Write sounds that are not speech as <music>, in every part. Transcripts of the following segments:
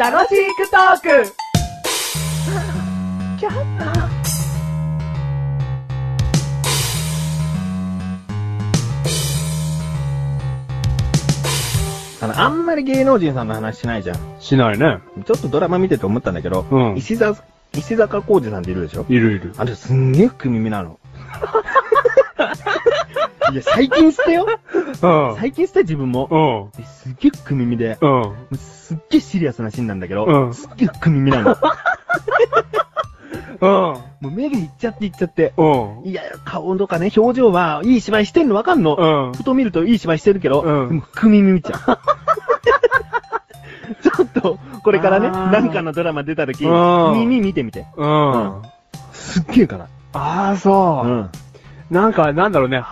楽しくトークあの、あんまり芸能人さんの話しないじゃん。しないね。ちょっとドラマ見てて思ったんだけど、うん石坂、石坂浩二さんっているでしょいるいる。あれすんげえ福耳な <laughs> の。いや、最近捨てようん。最近捨て自分も。うん。えすっげえ福耳で、うん。すっげえシリアスなシーンなんだけど、うんすっげえ福耳なの。うん。もう目がいっちゃっていっちゃって。うん。いや、顔とかね、表情は、いい芝居してんのわかんの。うんふと見るといい芝居してるけど、うんでも福耳見ち <laughs> ゃう。ちょっと、これからね、あーなんかのドラマ出た時、うん耳見てみて。うん。すっげえから。ああ、そう、ん。なんか、なんだろうね。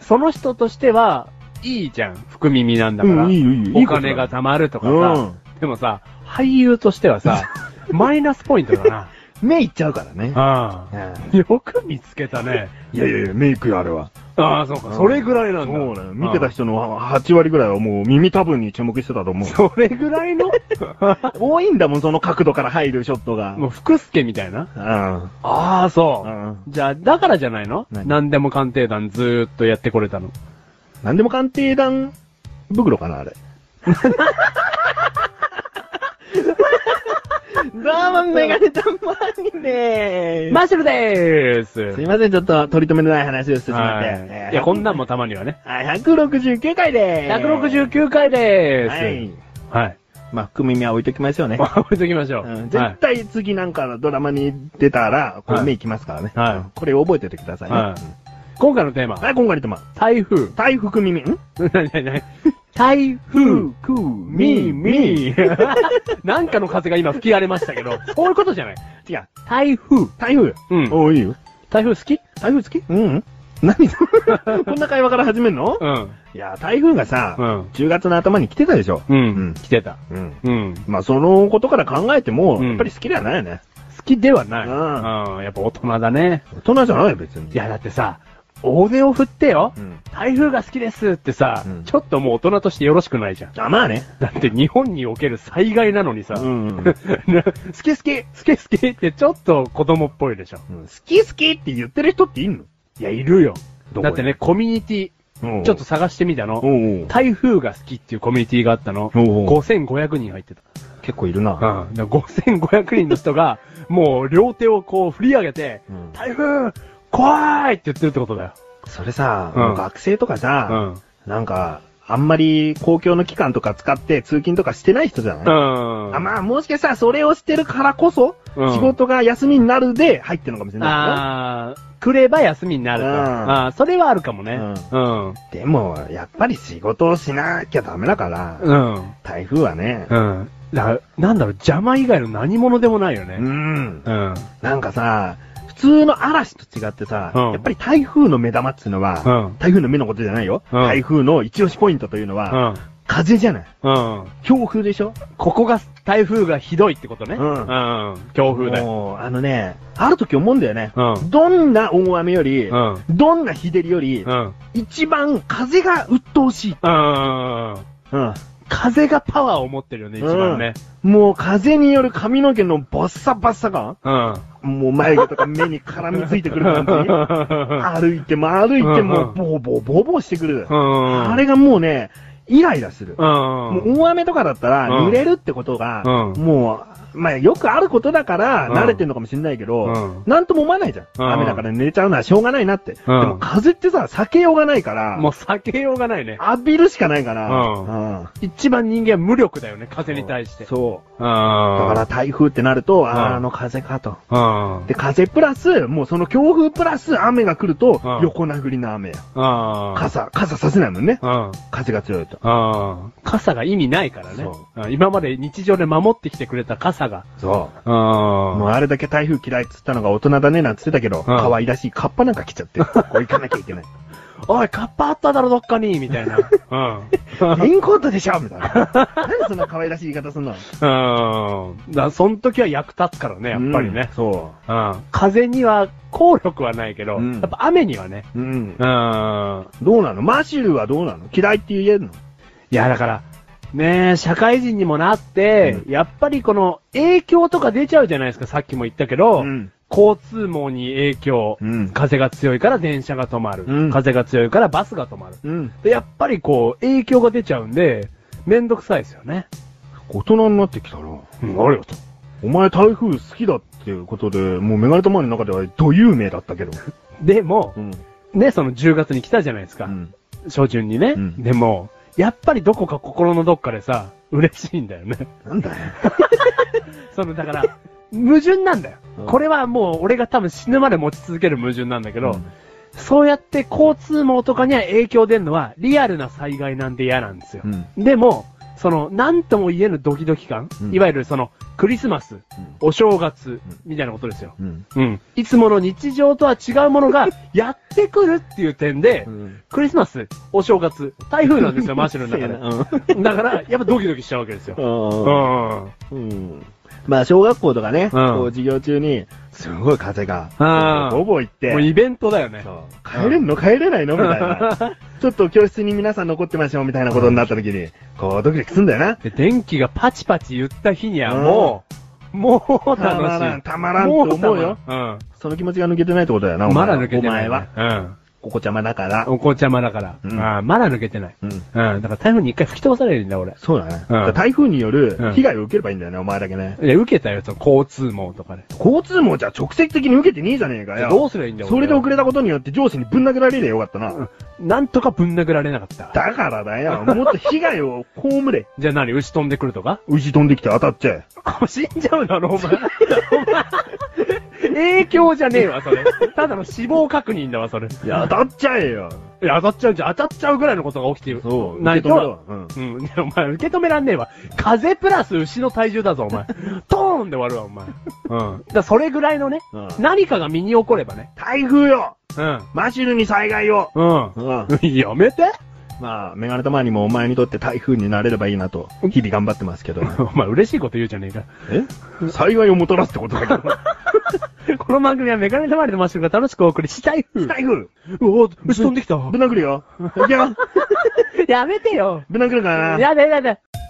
その人としては、いいじゃん。福耳なんだうから。ん、いいよ、いいよ。お金が貯まるとかさ。でもさ、俳優として <laughs> はさ、マイナスポイントだ目いっちゃうからね。な。ううん。よく見つけたね。んいやいやいや、メイクよ、あれは。ああ、そううんか。それぐらいなんそだ。うなの。見てた人人。の8割ぐらいはもう耳多分に注目してたと思う。それぐらいの <laughs> 多いんだもん、その角度から入るショットが。もう、福助みたいな。うん。ああ、そうう。ん。じゃあ、だからじゃないの何何でも鑑定団ずーっとやってこれたの。なんでも鑑定団袋か <laughs> な、あれ。どうも、メガネたまにねマッシュルでーすすいません、ちょっと取り留めのない話をしてしまっはいて。いや、こんな。なんもたまにはね。はい169回でーす。 169回ではいー。す。はい。まあ、含みは置いときましょうねま。あ、置いときましょう。うんは絶い。対次なんかのドラマに出たら、これはい目いきますからね。はいうんこれ覚えておいてくださいね。はうん今回のテーマ、はい、今回のテーマ。台風。台風耳。んなにな <laughs> になに台風、く、み、。み。 <laughs> なんかの風が今吹き荒れましたけど、そういうことじゃない。違う。台風。台風。うんおいいよ。台風好き台風好きうん。何 <laughs> こんな会話から始めるのうん。いや、台風がさ、うん10月の頭に来てたでしょ。ううんん。来てた。うん。うん。まあ、そのことから考えても、うんやっぱり好きではないよね。好きではない。うんうん。やっぱ大人だね。大人じゃないよ、別に。いや、だってさ、大手を振ってよう。ん。台風が好きですってさうん、ちょっともう大人としてよろしくないじゃん。あ、まあね。だって日本における災害なのにさ、んうん。ね <laughs> 好き好き、好き好きってちょっと子供っぽいでしょ。好き好きって言ってる人っていんのいや、いるよ。どこにだってね、コミュニテうんィ、ちょっと、探してみたおの。うおう台風が好きっていうコミュニティがあったの。おうおう5500人入ってた。結構いるな。うん。だから5500人の <laughs> 人が、もう両手をこう振り上げて、うん台風、怖いって言ってるってことだよ。それさ、うん学生とかうさ、ん。なんか、あんまり公共の機関とか使って通勤とかしてない人じゃない、うん。あまあ、もしかしたらそれをしてるからこそ、うん仕事が休みになるで入ってるのかもしれなあー来れば休みになると。うんああ、それはあるかもね。うん。いけど。でも、やっぱり仕事をしなきゃダメだから、うん。台風はね、うん。だから、なんだろう、邪魔以外の何者でもないよね。うん。うん。なんかさ、普通の嵐と違ってさ、うんやっぱり台風の目玉っていうのは、うん台風の目のことじゃないよ、うん台風の一押しポイントというのうは、ん。風じゃない。うん。強風でしょここが台風がひどいってことね。うん。うん。強風だよ。もう、あのね、ある時思うんだよね。うんどんな大雨より、うん。どんな日照りより、うん。一番風が鬱陶しい。うん。うん。風がパワーを持ってるよね、一番ね。もう風による髪の毛のバッサバッサ感うん。もう眉毛とか目に絡みついてくる感じう歩いても歩いても、うんボーボーボーボーしてくる。ん。あれがもうね、イライラする。うもん。う大雨とかだったら、うん濡れるってことが、うんもう、まあよくあることだから、うん慣れてんのかもしれないけど、うんなんとも思わないじゃん。うん雨だから寝ちゃうのはしょうがないなって。うんでも風ってさ、避けようがないから、もう避けようがないね。浴びるしかないから、うんうん一番人間は無力だよね、風に対して。そう。うだかん。ら台風ってなると、あうんーあの風かと。うん。で、風プラス、もうその強風プラス雨が来るとうん、横殴りの雨や。うん。傘、傘させないもんね。うん。風が強いと。うん。傘が意味ないからねそ。うん今まで日常で守ってきてくれた傘が。そう。うん。もうあれだけ台風嫌いっつったのが大人だねなんつってたけど、可愛らしいカッパなんか来ちゃ <laughs> って、こう行かなきゃいけない。おい、カッパあっただろ、どっかにみたい <laughs> な。うん。レインコートでしょみたいな。 <laughs> 何そんな可愛らしい言い方すんのうん。だその時は役立つからね、やっぱりねうん。そうん。風には効力はないけど、うんやっぱ雨にはね。う。うん。うん。どうなのマシュルはどうなの嫌いって言えるのいや、だから、ねえ、社会人にもなって、やっぱりこの影響とか出ちゃうじゃないですか、さっきも言ったけど、うん交通網に影響、うん風が強いから電車が止まる、うん風が強いからバスが止まる。うん。でやっぱりこう、影響が出ちゃうんで、めんどくさいですよね。大人になってきたな。うん、あるよと。お前台風好きだっていうことで、もうメガネ玉の中では土有名だった <laughs> けど。でも、ん。ね、その10月に来たじゃないですか。うん。初旬にね。うんでも、やっぱりどこか心のどっかでさ、嬉しいんだよね。 <laughs> なんだよ。その、だから、矛盾なんだようん。これはもう俺が多分死ぬまで持ち続ける矛盾なんだけど、うんそうやって交通網とかには影響出るのはリアルな災害なんで嫌なんですよ。うん。でも、その、なんとも言えぬドキドキ感、うんいわゆるその、クリスマス、お正月、みたいなことですよ。うん。うん。いつもの日常とは違うもの <laughs> がやってくるっていう点で、ん。クリスマス、お正月、台風なん <laughs> ですよ、マッシュルの中うん。で。 <laughs> だから、やっぱドキドキしちゃうわけですよ。うん。うん。まあ、小学校とかね、うんこう授業中に、すごい風が、あーボボ行って、もうイベントだよね。そう帰れんの帰れないのみたいな。 <laughs> ちょっと教室に皆さん残ってましょうみたいなことになった時に、こう、ドキドキすんだよな。で、電気がパチパチ言った日にはもう、もう楽しい。たまらん、たまらんと思うよ。。うん。その気持ちが抜けてないってことだよな、おま前はだ抜けてない。お前は、は。ここちゃまだからうん。。お紅茶まだから。うんああまだ抜けてない。うん。うん。だから台風に一回吹き飛ばされるんだ、俺。そうだね。だかうんら台風によるうん被害を受ければいいんだよね、お前だけね。いや、受けたよ、その交通網とかで。交通網じゃ直接的に受けてねえじゃねえかよ。どうすりゃいいんだよ、それで遅れ。れたことによって上司にぶん殴られりゃよかったな。なんとかぶん殴られなかった。だからだよ。 <laughs> もっと被害を被れ。じゃあ何牛飛んでくると <laughs> か牛飛んできて当たっちゃえ。死んじゃうだろ、お前。お前。 <laughs> 影響じゃねえわ、それ。ただの死亡確認だわ、それ。いいや、当たっちゃえよ。や、当たっちゃうんじゃん、当たっちゃうぐらいのことが起きてる。そう。ない受け止めろと。うん。うん。でお前、受け止めらんねえわ。風プラス牛の体重だぞ、 <laughs> お前。トーンで終わるわ、お前。うん。だからそれぐらいのね、うん何かが身に起こればね。台風ようん。マシュルに災害をうん。うん。やめてまあ、メガネたまにもお前にとって台風になれればいいなと、日々頑張ってます <laughs> けど。お前嬉しいこと言うじゃねえか。え災害をもたらすってことだけど。この番組はメガネたまりのマッシュルが楽しくお送りした <laughs> い風。台風うお、 <laughs> 牛飛んできた。ぶん殴るよ。いくよやめてよ。ぶん殴るからな。やだやだやだ。